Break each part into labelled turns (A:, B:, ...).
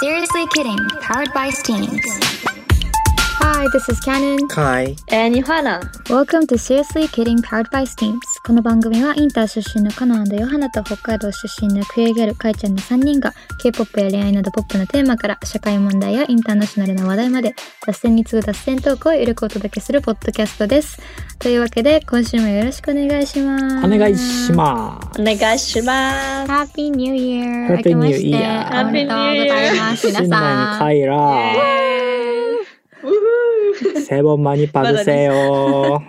A: Seriously Kidding, powered by Steams. Hi, this is Canon.
B: かい。
C: えー、ニファラン。
A: Welcome to Seriously Kidding, powered by Steams. この番組はインター出身のカナヨハナと北海道出身のクエギャルカイちゃんの3人が K-POP や恋愛などポップなテーマから社会問題やインターナショナルな話題まで脱線に次ぐ脱線トークをゆるくお届けするポッドキャストです。というわけで今週もよろしくお願いします。
B: お願いします。
C: お願いします。
A: Happy New Year! 明け
B: Happy New Year
A: ましておめでとうございます。皆
B: 新
A: さん。
B: 年に帰ら、セボンマにパズせよ。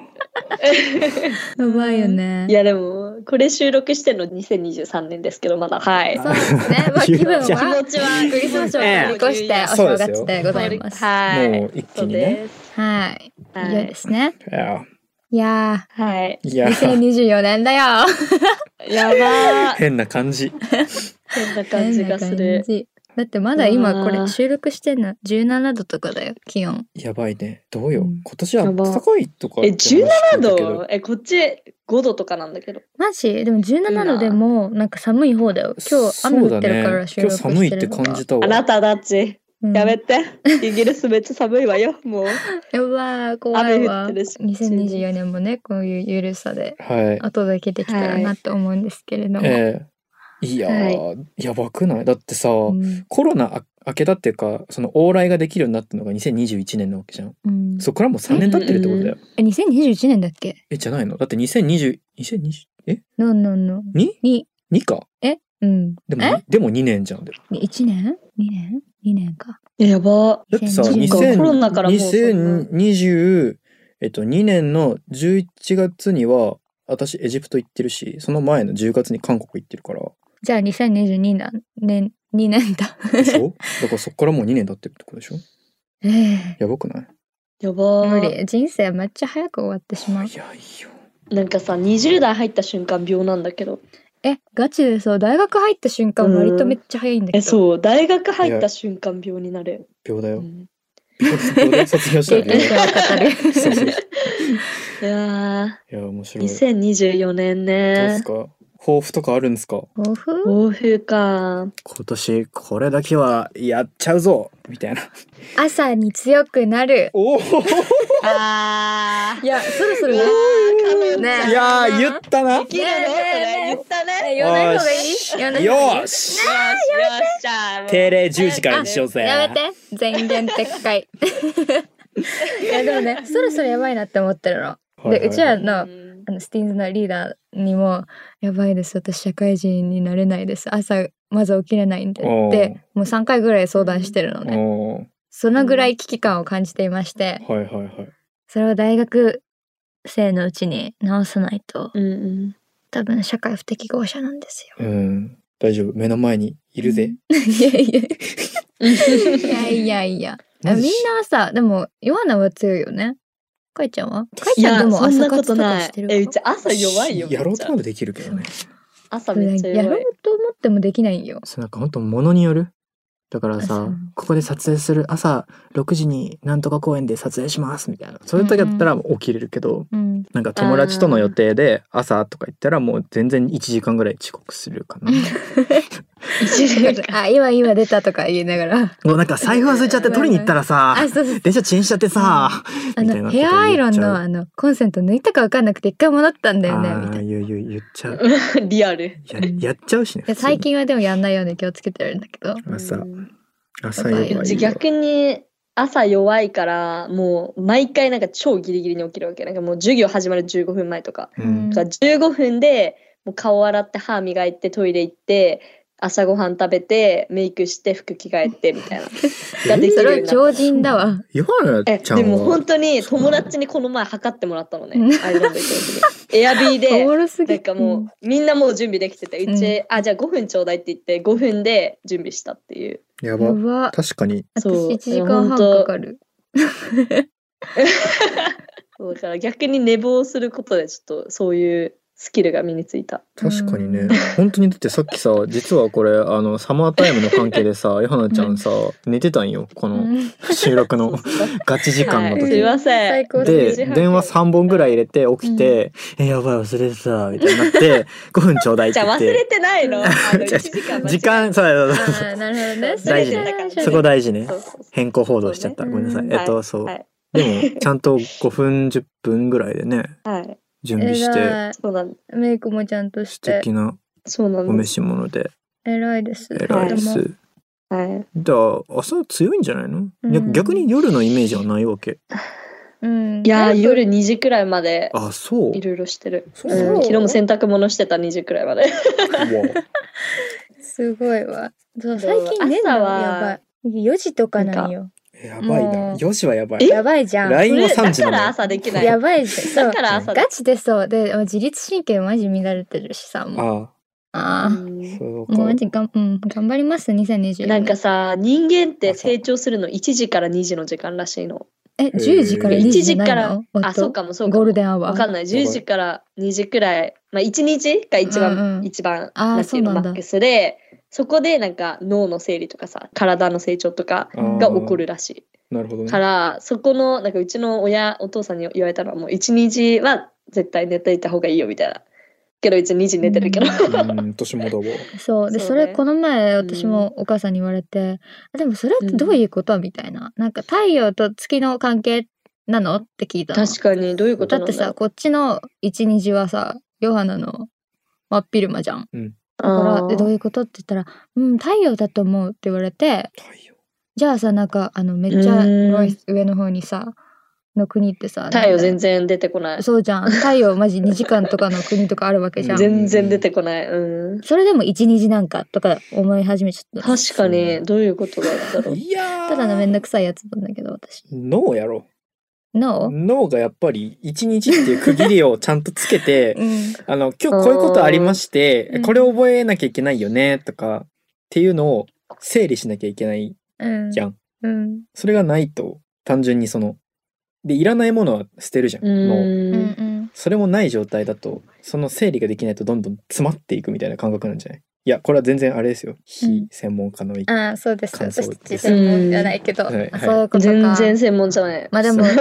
A: やばいよね。
C: いやでも、これ収録してんの2023年ですけど、まだ。はい。
A: そうです ね。まあ、気
B: 言っ
A: 分は
B: ちゃ
C: う気持ちは
A: クリスマスを乗り越してお
B: そう
A: 正
B: です
A: 月
B: よ
A: でございます。は
C: はい。
B: もう一気にね
C: そう
A: い。いよい
C: で
A: ですすね。
B: いや
A: いや
C: はい。はい。
B: い
A: ー、
B: や、
A: 2024年だよ。
C: やばー。
B: 変な感じ。
C: 変な感じがする。
A: 変な感じ。だってまだ今
C: うわー
A: これ収録してんの17度とかだよ、気温。
B: やばいね。どうよ。
A: うん
B: 今年は
C: やば
B: 高いとか。
C: え
B: 17
C: 7度え、こっち5度とかなんだけど。
A: マジでも17度でもなんか寒い方だよ。今日雨降ってるから収録してるのが
B: 今日寒いって感じたわ。
C: あなたたち、
A: うん
C: やめて。イギリスめっちゃ寒いわよ、もう。
A: やばい、怖いわ。
C: 雨降ってるし
A: 2024年もね、こういうゆるさで
B: はい。
A: お届けできたらなと思うんですけれども。
B: ええ。いや
C: は
B: ー、やばくないだってさ、
A: うん
B: コロナあ明けたっていうか、その往来ができるようになったのが2021年なわけじゃん。
A: うん
B: そこからもう3年経ってるってことだよ。
A: え、2021年だっけ
B: え、じゃないのだって2020、2020? え
A: のんのんのん。
B: に
A: に、
B: 2か
A: うん。
B: でも
A: え、
B: でも2年じゃん。でも
A: に1年 ?2 年 ?2 年か。
C: えやば
B: だってさ、
A: 2020
B: 2000
A: コロ
C: ナからもうそんな
B: 2020、えっと、2年の11月には、私エジプト行ってるし、その前の10月に韓国行ってるから、
A: じゃあ2022年、年、2年だ。
B: でしょだからそっからもう2年経ってるってことでしょ
A: ええ
B: やばくない
C: やばー
A: 無理。人生めっちゃ早く終わってしまう
B: 早。いよ。
C: なんかさ、20代入った瞬間病なんだけど。
A: え、ガチでそう、大学入った瞬間割とめっちゃ早いんだけ
C: え、
A: ど。う。
C: そう、大学入った瞬間病になるよ。
B: 秒だ
C: う
B: よ。
C: ん
B: 秒で卒業した
A: 経
B: ら
A: 験
B: 秒
A: 者
B: だ
A: を語
B: よ。
A: る。
B: そうそうそう
C: いや
B: いや、面白
C: ー、
B: い。どう
C: 2024年
B: です
C: ね。
B: か抱負とかあるんですか
A: 抱負
C: 暴風か。
B: 今年これだけはやっちゃうぞみたいな。
A: 朝に強くなる。
B: おお
C: あ
A: いや、そろそろ
C: う
A: ね
C: わ。ー、
A: ね
B: いやー言ったな。
C: きるね、
A: ねえねえねえ
C: それ。言ったね。
A: え言わない方がいい言わない方がいい
B: よし
C: よし、よし、じゃあ。
B: 定例10時からにしようぜ。
A: やめて全言撤回 いやでもねそろそろやばいなって思ってるの
B: はいはいはい
A: でうちらの
C: うん
A: あのスティーンズのリーダーにも「やばいです私社会人になれないです朝まず起きれないんで」
B: おー
A: ってもう3回ぐらい相談してるのね
B: お
A: そのぐらい危機感を感じていまして
B: ーはいはいはい。
A: それを大学生のうちに直さないと
C: うんうん。
A: 多分社会不適合者なんですよ
B: うん大丈夫目の前にいるぜ。
A: いやいやいやいやいやあみんなはさでもヨハナは強いよねかいちゃんはかい
C: い
A: ちゃん
C: や、
A: でも
C: そん
A: 朝
C: なこ
A: 活
C: と
A: とか
C: な
A: し
C: い
A: て。る
C: え、うち朝弱いよ。
B: やろうと思えば
C: めっち
B: できるけどね。
C: ゃ朝めっちゃ
A: やろ
C: 弱い。
A: うと思ってもできないよ
B: そうなんか本当物による。だから
A: あそ
B: さ
A: う
B: ここで撮影する朝6時になんとか公園で撮影しますみたいなそういう時だったら起きれるけど、
A: うん
B: なんか友達との予定で朝とか言ったらもう全然1時間ぐらい遅刻するかな。
C: 一時間
A: あ今今出たとか言いながら
B: もうなんか財布忘れちゃって取りに行ったらさ
A: あ、そうそう
B: 電車遅延しちゃってさ、
A: あ
B: みたいな
A: の
B: こと言っち
A: ヘ
B: ゃ
A: ア
B: う
A: アイロンのあのコンセント抜いたか分かんなくて一回戻ったんだよね
B: あ
A: みたいな
B: ー言う言う言っちゃう。
C: リアル。
B: ややっちゃうしね。
A: いや最近はでもやんないように気をつけてるんだけど
B: 普通に
C: うん
B: 朝朝よ
A: や
B: り
A: ば
C: う
B: は
A: いう
C: ち逆に朝弱いからもう毎回なんか超ギリギリに起きるわけなんかもう授業始まる15分前とか,、
B: うん
C: だから15分でもう顔洗って歯磨いてトイレ行って朝ごはん食べてメイクして服着替えてみたいなができ
A: そ
C: るよう
A: れは
C: になった
A: 常人だ わ
B: ヨハ
C: え
B: ナちゃん
C: でも
B: は
C: 本当に友達にこの前測ってもらったのね
A: うん
C: アイランド行った時にエアビー
A: お
C: で
A: もろすぎ
C: なんかもうみんなもう準備できててうち、あじゃあ5分ちょうだいって言って5分で準備したっていう
B: や
A: う
B: ば
A: ん。うわ
B: 確かに
A: 私
C: そう
A: 1時間半
C: 本当
A: かかる
C: そうだから逆に寝坊することでちょっとそういうスキルが身についた。
B: 確かに
A: う
B: ね
A: ん
B: 本当にだってさっきさ実はこれあのサマータイムの関係でさヨハナちゃんさ寝てたんよこ
A: う
B: の
A: ん
B: 収録のガチ時間の
C: はい、
B: 時、
C: すいませ
A: 最。
C: ん
A: 高
C: 6時
B: で
C: 半
B: 電話3本ぐらい入れて起きて「えやばい忘れてた」みたいになって「5分ちょうだい」っ
C: じ
B: て
C: ゃ
B: 言
C: あ
B: っ
C: 忘れ
B: て
C: てないの。あ の一時間間違え
B: 時間そうそうそう
A: あーなるほど ね
C: そう
B: 大事ね
A: それじゃあ
B: そこ大事ね
C: そうそうそう
B: 変更報道しちゃった
A: そうね
B: ごめんなさい
A: うん
B: えっとそう
C: はい
B: でもちゃんと5分10分ぐらいでね
C: はい。
B: 準備して
A: 偉い
C: そうなん
A: メイクもちゃんとし
B: 素
A: て
B: 敵な
C: そうな
B: お
C: んで
B: 召
C: す。
B: し物で
A: 偉いです
B: 偉いで
A: とても
B: す。
C: はい。
B: だから朝強いんじゃないの、
A: うん
B: 逆逆に夜のイメージはないわけ
A: うん
C: いやー
A: なんか
C: 夜2時くらいまで
B: あそう
C: いろいろしてる。
B: そううんなの
C: 昨日も洗濯物してた2時くらいまで。
A: すごいわそう
C: そう
A: 最近寝るの
C: 朝は
A: やばい4時とかなんよ
B: や
A: ばいなうん
B: 4時はやば
A: やばいじゃん
B: ライ LINE は
C: それ
B: 3時なの
C: だから朝できない。
A: やばい じゃんそう
C: だから朝
A: ガチでそうでもう自律神経マジ乱れてるしさもう
B: あ
A: あー
C: うん
B: そう
A: もうマジがん、うん、頑張ります2020年
C: なんかさ人間って成長するの1時から2時の時間らしいの。
A: え10時から2時じゃないの
C: 1時からあ
A: 夫
C: そうかもそうかも
A: ゴールデンアワ
C: わかん
A: ー
C: ない10時から2時くらい、まあ、1日が一番、
A: うんうん
C: 一番
A: あー
C: なんていうの
A: そう
C: マ
A: なんだ
C: ックスでそこでなんか脳の整理とかさ体の成長とかが起こるらしい。
B: なるほどね
C: からそこのなんかうちの親お父さんに言われたのはもう1日は絶対寝ていた方がいいよみたいなけどうち2時寝てるけど、
B: うん年もだわ
A: そうで
C: そうね
A: それこの前
C: ん
A: 私もお母さんに言われて、あでもそれってどういうこと、みたいななんか太陽と月の関係なのって聞いたの
C: 確かにどういうこと
A: だ
C: な
A: っ
C: んだ
A: てさこっちの12時はさヨハナの真っ昼間じゃん
C: だ
A: だからえどういうことって言ったら「うん太陽だと思う」って言われて
B: 太陽
A: じゃあさなんかあのめっちゃ
C: うーん
A: ロイス上の方にさの国ってさ
C: 太陽全
A: 然
C: 然出てこない
A: そうじゃん太陽マジ2時間とかの国とかあるわけじゃん
B: 全
C: 全然出てこない、うん、
A: それでも12時なんかとか思い始めちゃった
C: 確かにどういうことなんだろう
B: いやー
A: ただのめんどくさいやつなんだけど私
B: 脳やろ
A: NO?
B: 脳がやっぱり一日っていう区切りをちゃんとつけて
A: うん
B: あの今日こういうことありまして
A: うん
B: これ覚えなきゃいけないよねとかっていうのを整理しなきゃいけない
A: うん
B: じゃん
A: うん
B: それがないと単純にそのでいらないものは捨てるじゃん
C: う
B: 脳
A: うん
C: ん、
A: うん
B: それもない状態だとその整理ができないとどんどん詰まっていくみたいな感覚なんじゃないいやこれは全然あれですよ非専門家の意見、
A: ああそうです
B: 感想
A: 私たち
B: です
A: 専門じゃないけど、
B: うんはいはい
A: そういうことか
C: 全然専門じゃない
A: まあでも
C: そ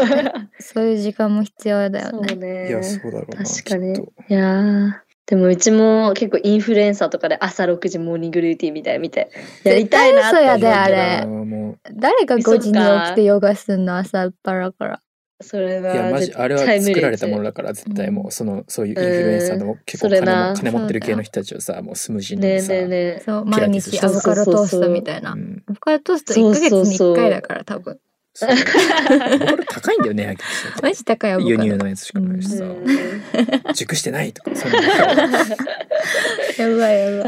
A: そういう時間も必要だよ
C: う
A: ね
C: ね
B: いやそうだろうな
C: 確か
B: き
C: に
B: っと
C: いやーでもうちも結構インフルエンサーとかで朝6時モーニングルーティンみたいな見てやりたいなって
A: 絶対嘘やであれ
B: いやも
A: 誰が5
C: そっか
A: 時に起きてヨガすんの朝っぱらから。
C: それ
B: う
C: はい
B: やマジ
C: 絶対
B: あれは作られたもの
C: 無
B: だから絶対も
A: う
B: うそのそういうインフルエンサーの結構
C: それ
B: 金
C: な
B: も金持ってる系の人たちをさもうスムージー飲
C: 理
B: んで
C: です
B: さ、
C: ねえねえねえ
A: そう
B: ピラ
A: 毎
B: ティスし
A: 日
B: て
A: アボカドトーストみたいな。
B: うん、
A: アボカドトースト
C: そう
A: 1ヶ
C: そうそ
A: 月に1
C: う
A: 回だから多分。
B: そうこれ高いんだよね秋田さ
A: マジ高いア
B: ん
A: ボ
B: 輸
A: カド。
B: 入のやつしかないしさ、
C: うん
B: 熟してないとかそういうの
A: やばいやばい。
C: あ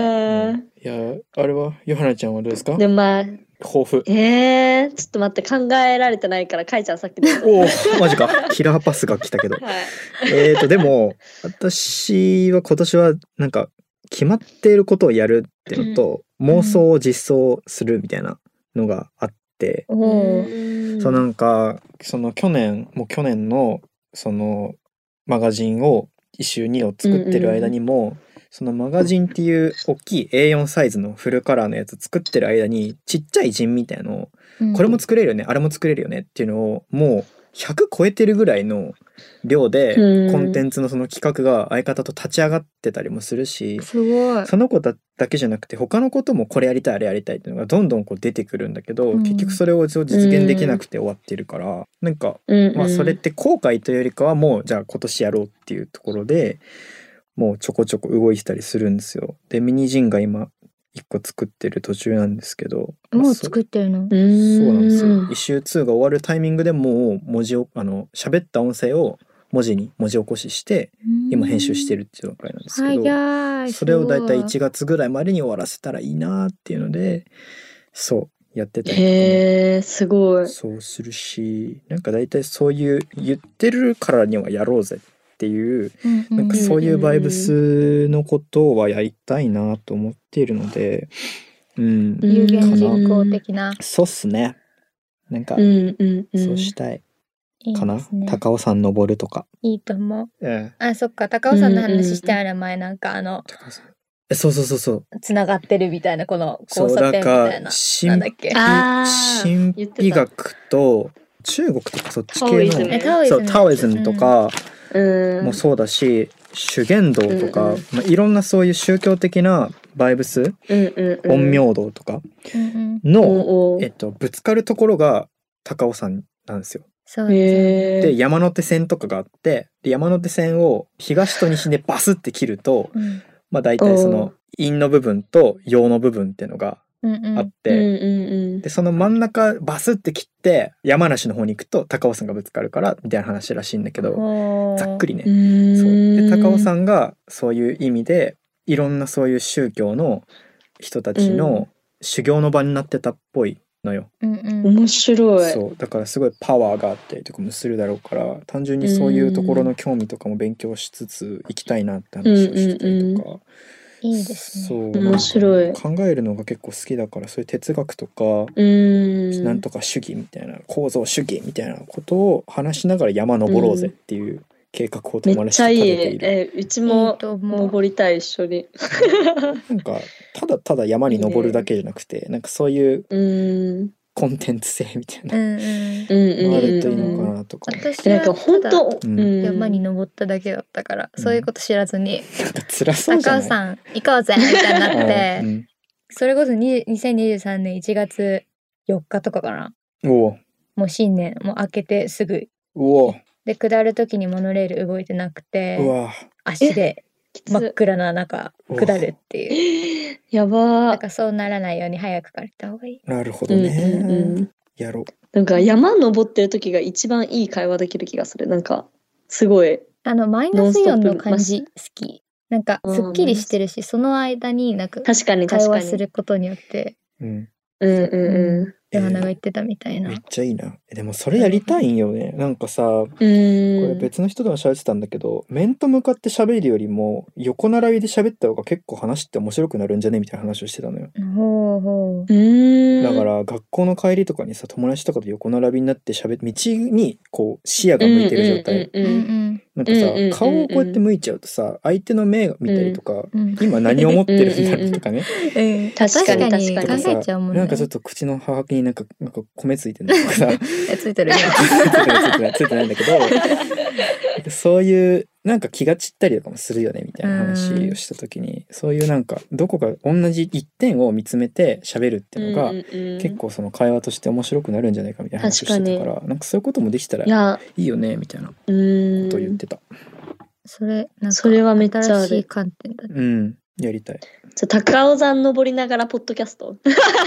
C: ー
B: いやあれはヨハナちゃんはどうですか
C: でもまあ
B: 抱負
C: えー、ちょっと待って考えられてないからかいちゃんさっきの
B: おおマジかキラーパスが来たけど
C: はい
B: えーとでも私は今年はなんか決まっていることをやるっていうのと、妄想を実装するみたいなのがあって、
A: おー
B: そうなんかその去年もう去年のそのマガジンを一周2を作ってる間にも、そのマガジンっていう大きい A4 サイズのフルカラーのやつ作ってる間にちっちゃい陣みたいのを
A: うん
B: これも作れるよねあれも作れるよねっていうのをもう100超えてるぐらいの量で
C: うん
B: コンテンツのその企画が相方と立ち上がってたりもするし
A: すごい。
B: その子だだけじゃなくて他のこともこれやりたいあれやりたいっていうのがどんどんこう出てくるんだけど
A: うん
B: 結局それを実現できなくて終わってるからなんか
C: うん
B: まあそれって後悔というよりかはもうじゃあ今年やろうっていうところでもうちょこちょこ動いてたりするんですよ。でミニジンが今1個作ってる途中なんですけどまあ
A: もう
B: そ
A: 作ってるの。
B: そうなんですよ。
C: ん
B: 一周2が終わるタイミングでもう文字をあの喋った音声を文字に文字起こしして今編集して
A: る
B: るっていう段階なんですけど、
A: 早い。
B: それをだいたい
A: す
B: 1月ぐらいまでに終わらせたらいいなっていうのでそうやってたりとかも
C: へえすごい
B: そうするしなんかだいたいそういう言ってるからにはやろうぜっていう
A: ごい。う
B: なんか
A: う
B: そういうバイブスのことはやりたいなと思っているのでうん、
C: うん
A: 有限人口的な。
B: そうっすねなんか、
C: うんうんうん
B: そうしたい。
A: いい
B: かな
A: ですね。
B: 高尾山登るとか。
A: いいと思う。
B: ええ
A: あ、そっか。高尾山の
C: うんうんうん
A: 話してある前なんか、あの、
B: 高尾山。えそうそうそうそう。
A: つながってるみたいな、この
B: そ
A: 交
B: う
A: 差点みたい
B: だから
A: な。
B: 神
A: なんだっけ。
C: あー
B: 神
C: 言って
B: 秘
C: た
B: 学と中国とかそっち
C: タオ
B: 系
C: イズム
B: の
A: えタオイズ
B: そ
A: ム
B: うタオイズムとか
C: うん。
B: もそうだし、修験道とか、
C: うんうん
B: まあ、いろんなそういう宗教的なバイブス、
C: うんうんうん。
B: 陰陽道とか
A: うんうん。
B: の、
C: おうおう
B: えっと、ぶつかるところが高尾山なんですよ。
A: そうです
C: へ
B: で
C: え。
B: 山手線とかがあってで山手線を東と西でバスって切ると、
A: よね。
B: まあ、大体そ
C: お
B: の
C: う
B: 陰の部分と陽の部分っていうのが
A: うんうんうん。
B: あっ
C: うん
B: て、
C: うんうん
B: でその真ん中バスって切って山梨の方に行くと高尾山がぶつかるからみたいな話らしいんだけどざっく
A: り。
B: りね。
C: うーん。
B: そうで高尾山がそういう意味でいろんなそういう宗教の人たち
C: う
B: の修行の場になってたっぽいのよ。
A: うんうん。
C: 面白い。
B: そうだからすごいパワーがあったりとかもするだろうから単純にそういうところの興味とかも勉強しつつ行きたいなって話をしてたりとか、
A: いいですね。
B: そう
C: 面白い
B: 考えるのが結構好きだからそういう哲学とか、
C: うーん。
B: なんとか主義みたいな構造主義みたいなことを話しながら山登ろうぜっていう計画を
C: め
B: 友
C: っ
B: 達
C: ち
B: と
C: ゃい
B: 立
C: い。
B: てている、
C: え、うち
A: いい
C: も
A: と思う。
C: 登りたい、一緒に。
B: なんかただただ山に登るだけじゃなくてなんかそういう
C: うーん。
B: コンテンツ性みたい
A: うん
B: な
A: うん。
C: うんうんうん。
B: のある
A: 割
B: といいのかなとか、
A: 私
C: でなん
A: は
C: か本
A: ただ
C: 当、
B: うん
C: うん
A: 山に登っただけだったから、
B: うん
A: そういうこと知らずに
B: なんか
A: 「
B: 辛そうじゃ
A: 高
B: な
A: 尾山
B: い
A: 行こうぜ」みたいになって、
B: うん
A: それこそに2023年1月4日とかかな
B: うんおう
A: もう新年もう明けてすぐ
B: おう
A: で下る時にモノレール動いてなくて
B: うわ
A: 足で
C: きつ
A: 真っ暗な中
B: うわ
A: 下るっていう
C: やば
A: な
C: ー
A: んかそうならないように早くから行った方がいい。
B: なるほ
C: う
B: ど
C: ん
B: ね、
C: うんうん
B: やろう
C: なんか山登ってる時が一番いい会話できる気がするなんかすごい
A: あのマイナス4
C: ノンスト
A: の
C: ップ
A: 感じ好きなんか
C: うん
A: すっきりしてるしその間になんか
C: 確かに
A: 会
C: 確か
A: 話
C: に
A: することによって
B: うん
C: うんう
A: ヨハナが言ってたみたいな。
B: めっちゃいいなえでもそれやりたいんよねなんかさこ
C: んう
B: れ
C: ん
B: 別の人とも喋ってたんだけど、面と向かって喋るよりも横並びで喋った方が結構話って面白くなるんじゃねみたいな話をしてたのよ、
A: ほうほう。
C: うーん
B: だから学校の帰りとかにさ友達とかと横並びになって喋って道にこう視野が向いてる状態、
C: うんうんうん
B: なんかさ、
C: うんうんうんうん
B: 顔をこうやって向いちゃうとさ相手の目を見たりとか、
A: うんうん
B: 今何思ってるんだろうとかね
A: うん
C: 確か
A: 確か
C: に確か
A: に
C: に
A: 考えちゃうもんね。
B: なんかちょっと口の歯茎になんかなんか米ついてるのとかさ
A: えついてるよ。
B: ついてないんだけ どそういうなんか気が散ったりとかもするよねみたいな話をした時にそういうなんかどこか同じ一点を見つめて喋るっていうのが、
C: うんうんうん
B: 結構その会話として面白くなるんじゃないかみたいな話をしてたからなんかそういうこともできたら
C: い
B: い
C: や
B: いよねみたいなこ
C: うーん
B: とを言ってた。
A: それなんか
C: それはめっちゃある
A: 新しい観点だね。
B: うんやりたい。
C: じゃあ高尾山登りながらポッドキャスト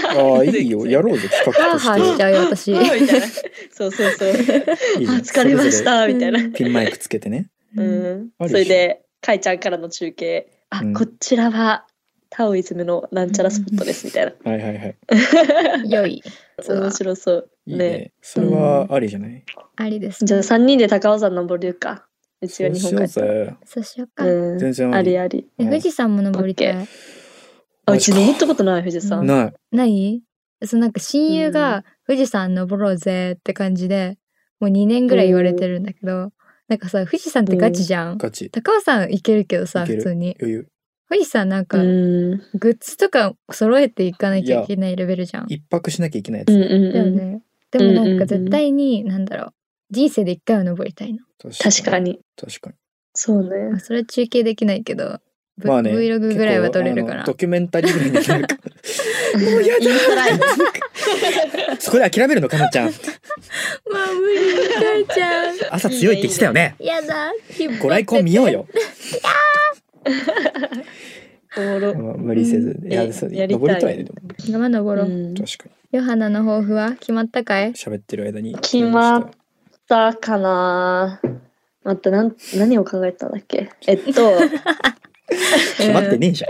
B: ああいいよやろうぜ企
A: ハー
B: 画と
A: ハーし
B: し
A: ち
B: て。
A: ゃうよ私。
C: みたいなそうそうそう
B: いい
C: あ
B: ね
C: 疲れま し。た
A: それぞれ
C: みたいな
B: ピンマイクつけてね。
C: うん
B: あるでしょ
C: それでかいちゃんからの中継あ、
B: うん
C: こちらはタオイズムのなんちゃらスポットですみたいな
B: はいはいはい。
A: 良い。そう
C: 面白そう
B: いい
C: ね
B: ね。それはありじゃない。
A: ありですね。
C: じゃあ3人で高尾山登りるかうち
B: そ
C: が
B: う
C: 日
B: し
C: 本
B: よう
C: 帰った
B: ぜ。
A: そうしようか。ね
C: うん
B: 全然
C: あ
B: あり
C: り。あり
B: うん
A: 富士山も登りたい。
C: あ
B: マ
C: う
B: ジ
C: ち
B: か
C: 登ったことない富士山
B: ない。
A: ない？そうなんか親友が富士山登ろうぜって感じで、もう2年ぐらい言われてるんだけど、なんかさ富士山ってガチじゃん。
B: ガチ。
A: 高尾山行けるけどさ
B: 行け
A: 普
B: る
A: 通に。
B: 余裕。
A: 富士山なん
C: う
A: か
C: んうん
A: グッズとか揃えていかなきゃいけないレベルじゃん。
B: 一泊しなきゃいけないや
C: うん
B: つ。
A: だよ
C: うん
A: ね。でもな
C: うんんうんう
A: か
C: ん
A: 絶対に、なんだろう。人生で一回は登りたいの。
C: 確か。に
B: 確かに。
C: そう
A: ま
C: ね
A: あそれは中継できないけど、ブ
B: まあね。
A: Vlog ぐらいは撮れるか
B: 結構あ
A: な
B: の。ドキュメンタリーぐらいになるか。 もう や
C: インスタ ライブ
B: だ。そこで諦めるのかなちゃん。
A: まあ無理、かいちゃん。
B: 朝強いって言ってたよね。
A: やだ。
B: ご来光見よう。よ。
C: おもろ
B: まあ無理せず。
C: うん
B: いや、
C: え
B: そう
C: やりたい
B: 登りたいね。でも
A: 山登ろ
C: う
A: う。
C: ん
B: 確かに。
A: ヨハナの抱負は決まったかい
B: 喋ってる間に。
C: 決まっだかなまたなん何を考えてたんだっけえっ と
B: 決まってねえじゃ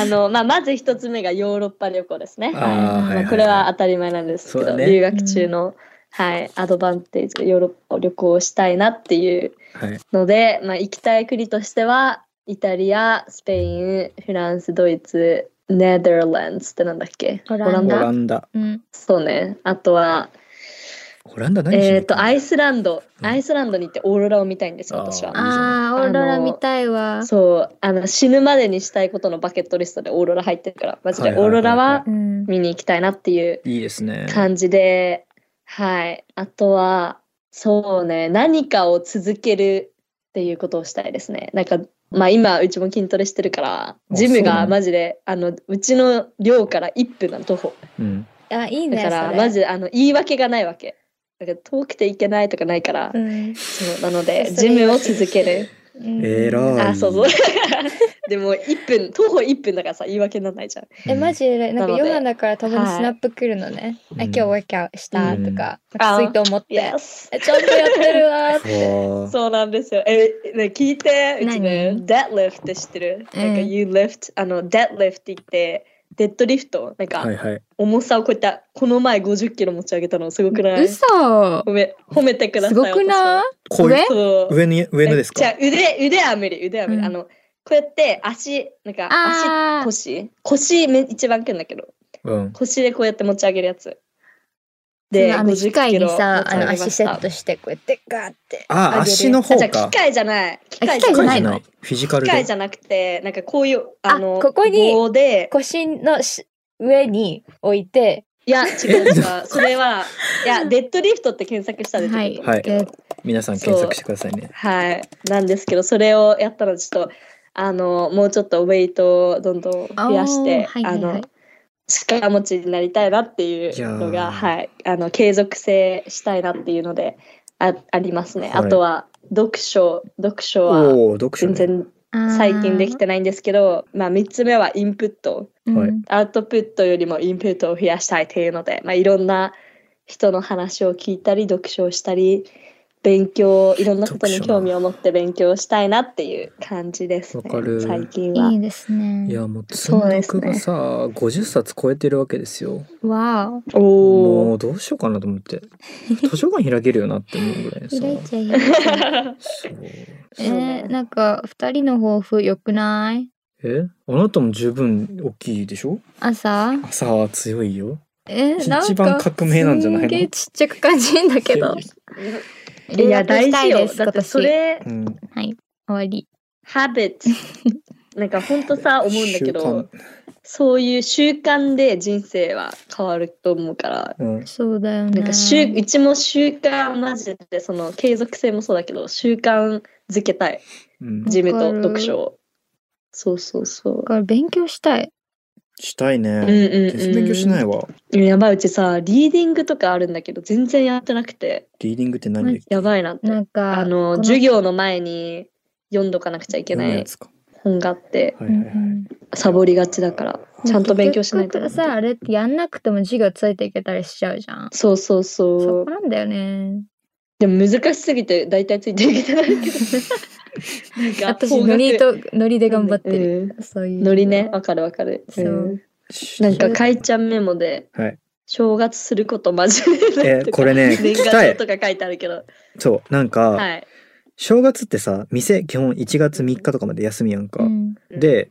C: あの、まあ、まず一つ目がヨーロッパ旅行ですね
B: ん。
A: あ
B: ー
A: まあ
B: いいい
C: これは当たり前なんですけ
B: そう
C: ど、
B: だね
C: 留学中の、はい、アドバンテージヨーロッパを旅行したいなっていう
B: はい。
C: ので、まあ、行きたい国としてはイタリアスペインフランスドイツネザーランズってなんだっけ
A: オランダ
B: オランダ。
A: うん。
C: そうねあとは
B: オランダ何しに行った
C: えっとアイスランド、
B: うん
C: アイスランドに行ってオーロラを見たいんですよ私は
B: あいいじゃん
A: あーオーロラ見たいわ。
C: そうあの死ぬまでにしたいことのバケットリストでオーロラ入ってるからマジで
B: はい
C: オ
B: はいは
C: ー
B: いはい
C: ロラは
A: うん。
C: 見に行きたいなっていう
B: いいですね。
C: 感じで、はいあとはそうね何かを続けるっていうことをしたいですねなんかまあ今うちも筋トレしてるからジム
B: そうな
C: が
B: の
C: マジであのうちの寮から1分なの徒歩
B: うん。
A: あ、いい
C: だ
A: ね。
C: から
A: それ
C: マジであの言い訳がないわけだから遠くて行けないとかないから、
A: うん。
C: そうなので
A: それ
C: ジムを続ける
A: うん
B: えらい。
C: あそう そうでも1分徒歩1分だからさ言い訳にならないじゃん
A: え、マジで、なんか
C: なので
A: ヨハナからたまに
C: はい
A: スナップ来るのね。あ、
B: うん
A: 今日ワーキャウしたとか、
C: ん
A: なんかツイートを持って。
C: Yes
A: えちゃんとやってるわーって。
B: わー
C: そうなんですよ。え、ね、聞いて、うちね、
A: 何
C: deadlift って知ってる、
A: うん
C: なんか you lift、あの、deadlift って言って、デッドリフト、なん
B: はい
C: か
B: はい。
C: 重さをこういった、この前50キロ持ち上げたのすごくない
A: 嘘
C: 褒め褒めてくださ
A: す
C: い。
A: ごくない
B: こういう
A: 上
C: そう
B: 上に上のです
C: じゃ
B: か
C: あ。腕、腕は無理、腕は無理。
A: うん
C: あの、こうやって足、なんか
A: あー
C: 足、腰、腰め一番くんだけど、
B: うん。
C: 腰でこうやって持ち上げるやつ。
A: そ
C: で、
A: のあの
C: 50
A: 機
C: キロ
A: 械に
C: 持ち
A: さ、あ
C: 上げ
A: の
C: ました
A: 足セットして、こうやってガーって。
B: あ
A: 上げ
B: ー、
A: る
B: 足の方
C: あじゃあ
B: か
C: 機。械じゃない。機
A: あ機械じ
B: 機
A: ゃ
B: 械
A: ない
B: じゃ
A: の
B: ない。フィジカル
C: 機械
B: で
C: じ。ゃなくてなんかこういう
A: あ
C: あの
A: ここに
C: 棒で
A: 腰のし上に置いて、
C: いや違う違うそれはいやデッドリフトって検索したら出てくると思うんですけど
A: はい
B: 皆さん検索してくださいね。
C: はい、なんですけどそれをやったらちょっとあのもうちょっとウェイトをどんどん増やして
A: あーはいはいはい
C: あの力持ちになりたいなってい
B: いや
C: う
B: ー
C: のがはいあの継続性したいなっていうのであありますね、
B: はい
C: あとは読書読書は
B: おおー、読書
C: 全
B: ね。
C: 然最近できてないんですけどまあ3つ目はインプット
A: うん
B: はい
C: アウトプットよりもインプットを増やしたいっていうので、まあ、いろんな人の話を聞いたり読書をしたり勉強いろんなことに
B: 読書な
C: 興味を持って勉強したいなっていう感じですね
B: わかる
C: 最近はい
A: いですね。
B: いやもう積
C: そうです
B: 読
C: ね
B: がさ、50冊超えてるわけですよ。
A: わお。
C: お
B: も
C: お
B: うどうしようかなと思って。図書館開けるよなって思うぐらいさ。
A: 開いちゃいい。
B: そう
A: えー、なんか二人の抱負良くない
B: えあなたも十分大きいでしょ
A: 朝
B: 朝は強いよ。
A: え
B: 一
A: ー、なんか
B: 番革命なんじゃないの
A: すげえちっちゃく感じるんだけ ど。
C: いや
A: 留学
C: 大事よ
A: したいです
C: だってそれ
B: うん。
A: はい。終わり。
C: ハビット なんかほんとさ思うんだけ
B: 習慣
C: どそういう習慣で人生は変わると思うから
B: うん。
A: そうだよね。
C: なんか習うちも習慣マジでその継続性もそうだけど習慣づけたい
B: うん。
C: ジムと
A: わかる
C: 読書をそうそうそう
A: だ。から勉強したい。
B: したい
C: うんう
B: ね。
C: ん
B: 全然勉強しないわ。
C: うん。やばいうちさ、リーディングとかあるんだけど、全然やってなくて、
B: リーディングって何で
C: やばいなって。
A: なんか
C: あ
A: こ
C: の、授業の前に読んどかなくちゃいけ
B: 読む
C: な
B: や
C: い
B: つか。
C: 本があって、
B: は
A: う
B: いは
A: ん
B: いうはい。
A: ん
C: サボりがちだから、ちゃんと勉強しないと
A: 結。局さあれってやんなくても授業ついていけたりしちゃうじゃん。
C: そうそうそ
A: そうこ。なんだよね。
C: でも難しすぎて、大体ついていけてない けど。なんか
A: 私
C: 方角
A: ノリとノリで頑張ってる。
C: うん
A: そういう。
C: ノリね、わかるわかる。
A: そう
C: うんなんか、かいちゃんメモで、
B: はい。
C: 正月すること真面目にな
B: え
C: って
B: これ ね、聞
C: 年
B: きた
C: 賀
B: い
C: 状。とか書いてあるけど。
B: そう、なん
C: は
B: か、
C: い。
B: 正月ってさ、店基本1月3日とかまで休みやんか
A: う。ん。
B: で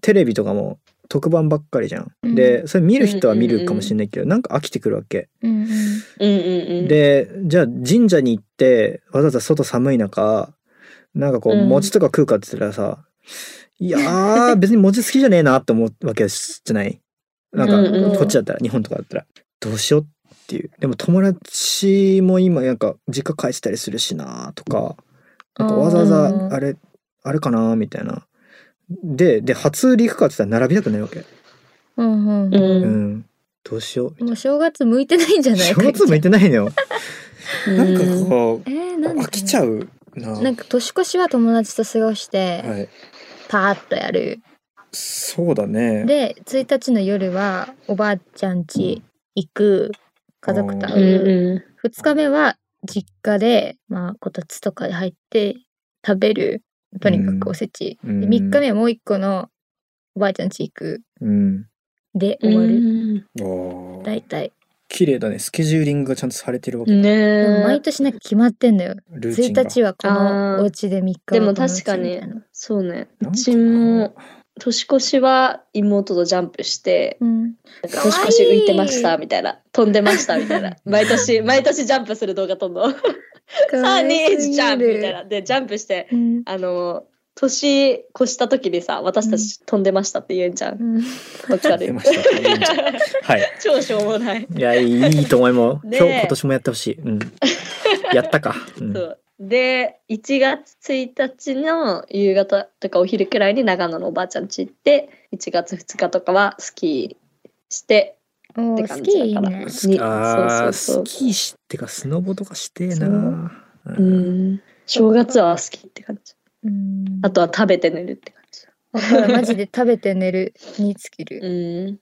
B: テレビとかも特番ばっかりじゃん、
A: うん
B: でそれ見る人は見るかもしれないけど、なんか飽きてくるわけ、
A: うんうん。
C: うんうんうん。
B: でじゃあ神社に行ってわざわざ外寒い中なんかこう
C: うん
B: 餅とか食うかって言ったらさ、いやー別に餅好きじゃねえなって思うわけじゃないなんか、
C: うん
A: うん
B: こっちだったら日本とかだったらどうしようっていうでも友達も今なんか実家帰ってたりするしなとかなんかわざわ
A: うん
B: ざあれあれかなみたいなでで初売り行くかって言ったら並びたくないわけ
A: うんうん
C: う
A: うん
B: うんんどうしよう
A: もう正月向いて ないんじゃない
B: 正月向い
A: て
B: てないのよ
C: うん
B: なんかこ
A: えー、
B: う
A: なんで
B: 飽きちゃうな
A: なんか年越しは友達と過ごして、
B: はい
A: パーッとやる
B: そうだね
A: で1日の夜はおばあちゃん家行く家族と
C: うん
A: 会う、
C: う
A: 2日目は実家で、まあ、こたつとかに入って食べるとにかくおせち、
B: うん
A: で3日目はもう1個のおばあちゃん家行く
B: うん
A: で
C: ん。
A: 終わる、
B: あー
A: 大体
B: 綺麗だねスケジューリングがちゃんとされてるわけ
C: ね
A: でも
C: え
A: 毎。年なんか決まってんだよ
B: ルーチン
A: 1
B: が
A: 日はこのお家で3日は
C: あー
A: このお家
C: でも確かに
A: みたいな
C: そうね。
B: なんか
C: うちも年越しは妹とジャンプして、
A: うん。
C: なん
A: かわい
C: か
A: い
C: 年越し浮いてましたみたいな、飛んでましたみた いな、毎年、毎年ジャンプする動画飛んの。サーニーズジャンプみたいな。で、ジャンプして、
A: うん。
C: あの、年越した時にさ、私たち飛んでましたって言えんじゃん。
A: うん。
C: どっか
B: 出
C: で
B: ま。したいいんじゃんはい
C: 超しょうもない。
B: いやいいと思いもう
C: ねえ
B: 今日今年もやってほしい、うん、やったか、うん
C: そうで1月1日の夕方とかお昼くらいに長野のおばあちゃん家行って1月2日とかはスキーして
A: お
C: って
A: ー、
C: 感
A: 好
C: じ
A: きいい
C: だから
A: ね。
B: スキーあー
C: そうそうそう
B: スキーしってかスノボとかしてえなう
C: うんん正月はスキーって感じ
A: うん。
C: あとは食べて寝るって感じ
A: わかるマジで食べて寝 るに尽きる。
C: うん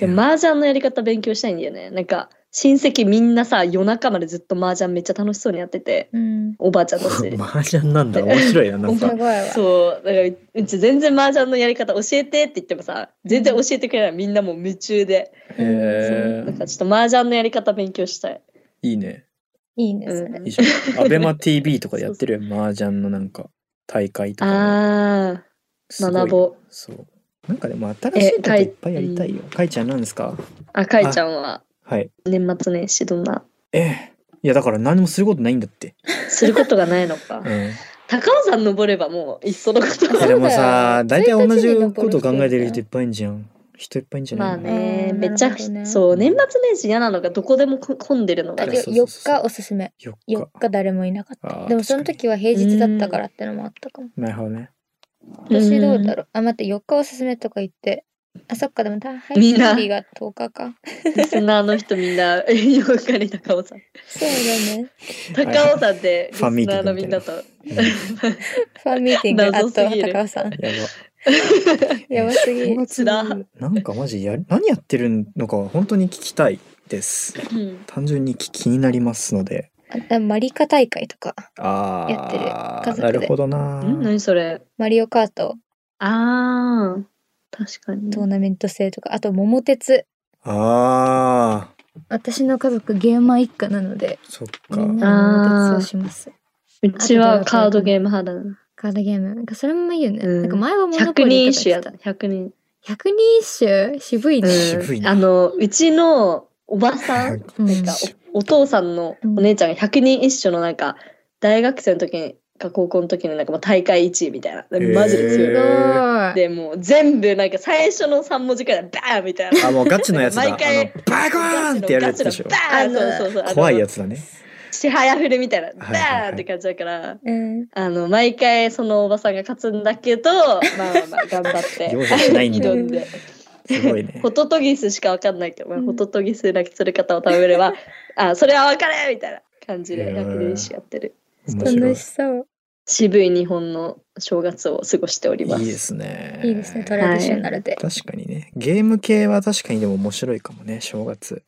C: で麻雀のやり方勉強したいんだよねなんか親戚みんなさ夜中までずっと麻雀めっちゃ楽しそうにやってて
A: うん。
C: おばあちゃん たち
B: 麻雀なんだ面白いななん
A: すご
B: か
A: いわ。
C: そうだからうち全然麻雀のやり方教えてって言ってもさ全然教えてくれないみんなもう夢中でそう
B: へ
C: なん
B: ー
C: かちょっと麻雀のやり方勉強したい。
B: いいね
A: いいね、そ
C: うん
A: れ。
B: いいじゃんアベマ t v とかでやってるよ麻雀のなんか大会とか
C: あ
B: す
C: あ、
B: ごい
C: 学ぼう。
B: そうなんかでも新しいこといっぱいやりたいよかいちゃんなんですか
C: あ、かいちゃんは
B: はい
C: 年末年始どんな、
B: ええいやだから何もすることないんだって、
C: することがないの か
B: う。ん、
C: 高尾山登ればもういっそのこ
A: そ
B: え
A: う
B: で
A: だよ
C: と。
B: もさ大体同じこと考えてる
A: 一日に登る人いるんだよ
B: 人いっぱいいんじゃん人いっぱいいんじゃない
C: まあね、
A: うん
C: めっちゃ、
A: なるほどね
C: そう、年末年始嫌なのがどこでもこ混んでるの
B: だ
C: がね。
B: けそうそうそう
A: 4日おすすめ。
B: 4日
A: 4日誰もいなかっ
B: あ
A: た。
B: ー
A: でもその時は平日だったからってのもあったかも。
B: なるほどね
A: 私どうだ
C: ろ
A: ろう。あ、待って、4日おすすめとか言って。あ、そっか、でも大変。
C: みんな
A: 日が10日か。
C: うん。リスナーの人みんな、 よくに高尾山。
A: そうだね。
C: 高尾山でリス
B: ファ
C: ナ
B: ンミーティ
C: ー
B: ング
C: の
B: み
C: み
B: たいな
C: んなと。
B: うん
A: ファンミーティング、あ
C: 謎
A: と
C: すぎる
A: 高尾さん。
B: やば
A: やばすぎ
B: 正
A: る。
B: 月なんかマジや何やってるのか本当に聞きたいです
C: うん
B: 単純に気気になりますので
A: あとマリカ大会とか、
B: ああ
A: やってる家族で
B: なるほどな
C: うん。何それ
A: マリオカート
C: ああ、確かに
A: トー。ナメント制とか、あと桃鉄。
B: あー
A: 私の家族ゲーマー一家なので、
B: そっか
A: みんなで桃鉄をします。
C: うちはカードゲーム派だな。
A: カードゲーム。なんかそれもいいよね。
C: うん
A: なんか前はモノポ
C: 百人
A: リー
C: 一
A: とか言
C: 首や
A: っ
C: ってた
A: た。
C: 100人、
A: 百人一首渋いね。
B: 渋いな
C: あのうちのおばさん
A: うん
C: なんかおお父さんのお姉ちゃんが100人一首のなんか大学生の時にか高校の時のなんかもう大会1位みたいなマジです
B: へ
A: ご
B: ー
C: よ、
A: い。
C: でもう全部なんか最初の3文字からバーンみたいな
B: あもうガチのやつだあの
C: 毎回
B: バコーンってやるやつでしょ
C: ガチのバーン
A: あの
C: そうそうそう
B: 怖いや
C: つ
B: つだね
C: ちはやふるみたいなバ
B: はいはいはい
C: ーンって感じだから
A: うん。
C: あの毎回そのおばさんが勝つんだけどまあまあまあ頑張って
B: 容赦し ないんだ
C: 挑んで。
B: すごいね
C: ホトトギスしかわかんないけど、まあ
A: うん
C: ホトトギスだけする方を食べれば、あ、それはわかるみたいな感じ
B: へ
C: で
B: ー
C: 百人一首やってる。
B: 面白
A: 楽
B: い
A: しそう。
C: 渋い日本の正月を過ごしておりま。
B: いいですすね
A: いいですね、トラディショナルで。
B: 確かにねゲーム系は確かにでも面白いかもね正月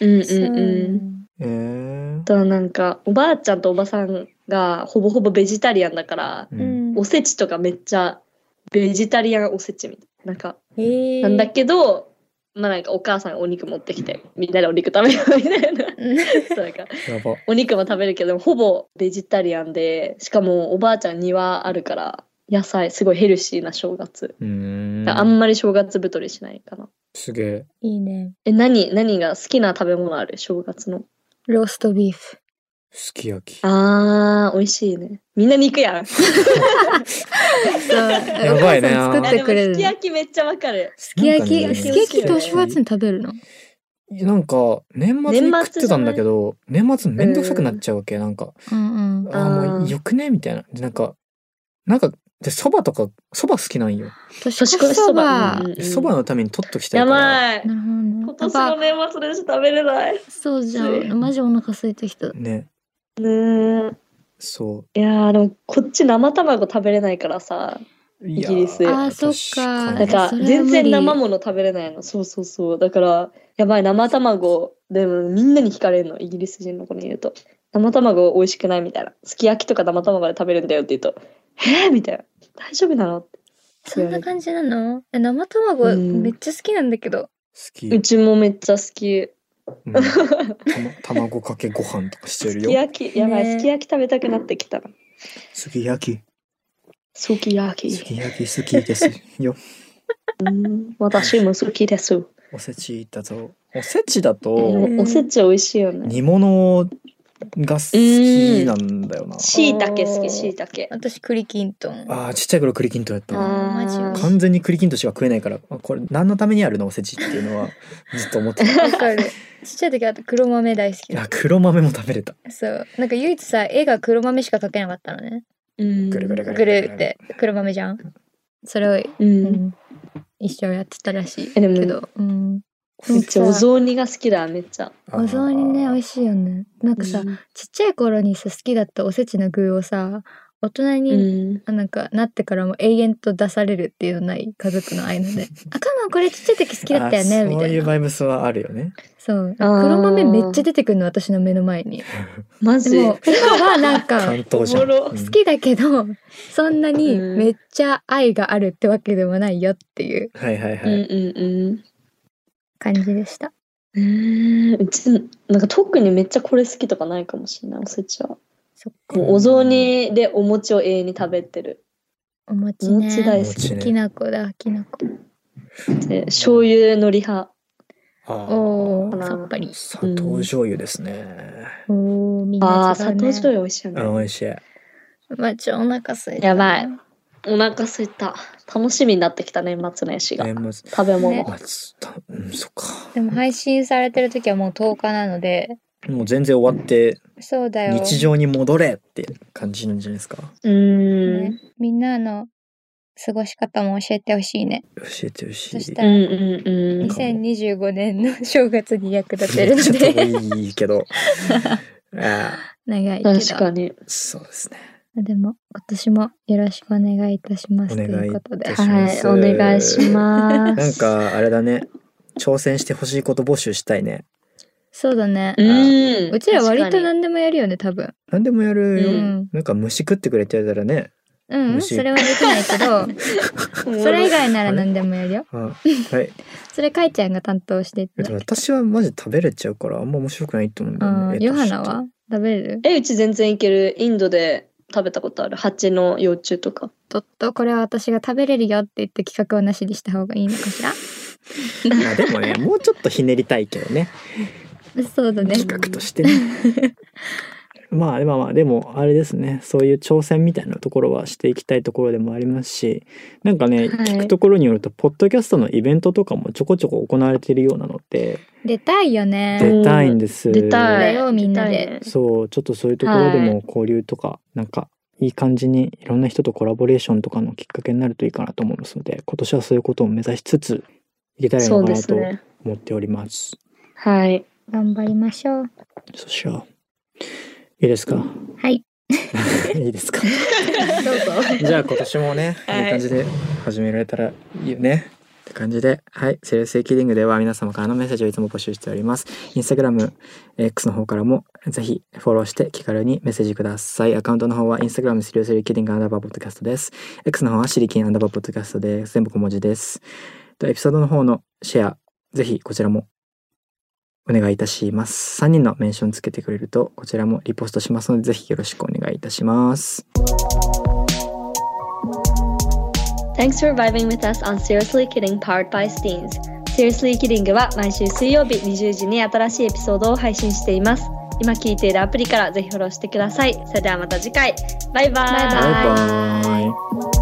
C: うん
A: そう
C: うんうん。
B: えー
C: あ、とはなんかおばあちゃんとおばさんがほぼほぼベジタリアンだから、
B: う、
A: うんん。
C: おせちとかめっちゃベジタリアンおせちみたいな。なんか
A: へー
C: なんだけど、まあなんかお母さんがお肉持ってきてみんなでお肉食べようみたいな。
A: うん
C: そうなんか
B: やば
C: お肉も食べるけどほぼベジタリアンでしかもおばあちゃん庭あるから野菜すごいヘルシーな正月、
B: うーん
C: あんまり正月太りしないかな
B: すげえ
A: いいね。
C: え何何が好きな食べ物ある正月の
A: ローストビーフ。
B: すき焼き
C: あー美味しいねみんな肉やん
A: や
B: やばいね
A: 作ってくれ
C: あで
A: る
C: もすき。焼きめっちゃわかる
A: すき焼
B: なんか
A: き、
B: ね
A: すき焼きってお正月に食べるの
B: なんか年末に
C: 年末
B: 食ってたんだけど年末めんどくさくなっちゃうわけなんか
A: うんうん。
B: ああも
C: あ
B: う
C: ー
B: よくねみたいなでなんかなんかでそばとかそば好きなんよ
A: 年越し
C: 年越し
A: そ
C: そ
A: ば
C: ば。
A: なる
C: うん
B: そば、のために取っときたい
C: や
B: から
C: ばい
A: ほどね。
C: 今年の年末年始食べれないね
A: そうじゃん。マジお腹空いてきた。
B: ね
C: ー
B: そ
C: いやーでもこっち生卵食べれないからさ
B: ういや
C: イギリス
B: ー
A: あーそっか
B: 確
C: なん
A: あ
C: か
A: それは無
C: 全
A: 理
C: 然生もの食べれないのそうそうそうだからやばい生卵でもみんなに惹かれるのイギリス人の子に言うと生卵美味しくないみたいなすき焼きとか生卵で食べるんだよって言うとえー、みたいな大丈夫なのって
A: そんな感じなのえ生卵
C: うん
A: めっちゃ好きなんだけど。
B: 好き、
C: うちもめっちゃ好き
B: うんたま 卵かけご飯とかして
C: す
B: る
C: き
B: よ
C: 焼きやばい、
A: ね
C: すき焼き食べたくなってきたな
B: すき焼き
C: すき焼
B: す
C: き
B: き焼き好きですよ。
C: うん私も好きです。
B: おせちだとおせちだと
C: おおせち美味しいよね。
B: 煮物が好きなんだよな
C: しいたけ好き、しいたけ。
A: 私栗きんとん
B: あーちっちゃい頃栗きんとんやった
A: ー
B: な
A: マジ美味しい
B: 完全に栗きんとんしか食えないからあこれ何のためにあるのおせちっていう のはずっと思ってた
A: わか るちっちゃい時あと黒豆大好き
B: あ黒豆も食べれた
A: そうなんか唯一さ絵が黒豆しか描けなかったのね
C: うん
B: ぐるぐるぐ
A: グルーって黒豆じゃんそれを、
C: う。
A: うんん、一生やってたらしい
C: えでも
A: けど、うん、
C: めっちゃお雑煮が好きだ、めっちゃ。
B: あー
A: お雑煮ね美味しいよねなんかさ、
C: うん
A: ちっちゃい頃にさ好きだったおせちの具をさ大人に、
C: うん。
A: あなんかなってからも永遠と出されるっていうのない家族の愛の で「あかまこれちっちゃい時好きだったよ
B: あ
A: ね」
B: ー
A: みた
B: そう
A: い
B: いう
A: な
B: バイブスはあるよね
A: そう
C: あー
A: 黒豆めっちゃ出てくるの私の目の前 に
C: マジ
A: でも今はなんか
B: 関東じゃ
C: お
B: ん
C: もろ
B: うん
A: 好きだけどそんなに
C: うん
A: めっちゃ愛があるってわけでもないよっていう
B: はいはいは
C: うん
B: い、
C: うんうん。
A: 感じでした
C: うーんうちなんか特にめっちゃこれ好きとかないかもしれないおせちは
A: そっか
C: もうお雑煮でお餅を永遠に食べてる
A: お餅ね
C: お餅大好
B: き
A: きな粉だきな粉
C: で醤油のり派
B: あー
A: お
C: か
A: ー
C: な
A: さっぱり
B: 砂糖醤油ですね、
A: おーみん
C: あ
A: な
C: あ
A: 違う
C: 砂糖
A: ね
C: 醤油美味しいよ
B: あー美
C: ね
B: 味しい
A: まあちょお腹すいた
C: やばいお腹空いた楽しみになってきた年末年始が
B: 年末
C: 食べ物
A: ね
B: まあつたうんそっか
A: でも配信されてる時はもう10日なので
B: もう全然終わって
A: そうだよ
B: 日常に戻れって感じなんじゃないですか
C: うーん
A: ね、みんなの過ごし方も教えてほしいね
B: 教えてほしい
A: そし
C: う
A: た
C: んうんうん
A: 2025年の正月に役立てるの
B: ちょっと
A: で
B: いい けどあ
A: 長いけど
C: 確かに
B: ーそうですね
A: でも今年もよろしくお願いいたします
B: お
A: と
B: 願いいた
A: いうこ
B: しま
A: と
B: す
A: で
B: 確か
C: は
B: に
C: いお願いします
B: なんかあれだね挑戦してほしいこと募集したいね
A: そうだね
C: うーん
A: うちら割と
C: 確かに
A: 何でもやるよね多分
B: 何でもやるよ、
A: う
C: うんん
B: なんか虫食ってくれって言われたらね
A: うん、
B: むし
A: それはできないけど それ以外なら何でもやるよ
B: あはい
A: それかいちゃんが担当して いた
B: で
A: だ
B: も
A: い
B: 私はマジ食べれちゃうからあんま面白くないと思うん
A: て
B: だよ
A: あー
B: ね絵として
A: ヨハナは食べれる
C: えうち全然いけるインドで食べたことある蜂の幼虫とか
A: とっとこれは私が食べれるよって言って企画をなしにした方がいいのかしら
B: まあで もねもうちょっとひねりたいけどね
A: そうだね
B: 企画としてね まあまあまあでもあれですねそういう挑戦みたいなところはしていきたいところでもありますしなんかね、
C: はい
B: 聞くところによるとポッドキャストのイベントとかもちょこちょこ行われているようなので
A: 出たいよね
B: 出たいんです
C: 出
A: こ
C: たい
A: れをみんなで
C: 出たいね
B: そうちょっとそういうところで
C: は
B: も交流とか、なんかいい感じにいろんな人とコラボレーションとかのきっかけになるといいかなと思いますので今年はそういうことを目指しつついけたらいい
C: そ
B: の
C: う
B: か
C: で
B: な
C: す
B: と
C: ね
B: 思っております。
C: はい
A: 頑張りましょう
B: そうしよう。いいですか
A: はい
B: いいですか
A: どうぞ
B: じゃあ今年もね、
C: はい
B: い、い感じで始められたらいいよね。って感じで、はい、セールスエキリングでは皆様からのメッセージをいつも募集しております。インスタグラム、X の方からもぜひフォローして気軽にメッセージください。アカウントの方はインスタグラムセールスエキリングアンダーバーポッドキャストです。X の方はシリキンアンダーバーポッドキャストです。全部小文字です。とエピソードの方のシェア、ぜひこちらもお願いいたします。3人のメンションつけてくれると、こちらもリポストしますので、ぜひよろしくお願いいたします。
C: Thanks for vibing with us on Seriously Kidding powered by Steens. Seriously Kidding は毎週水曜日20時に新しいエピソードを配信しています。今聞いているアプリからぜひフォローしてください。それではまた次回。バイバイ。
A: バイバイ
B: バイバイ。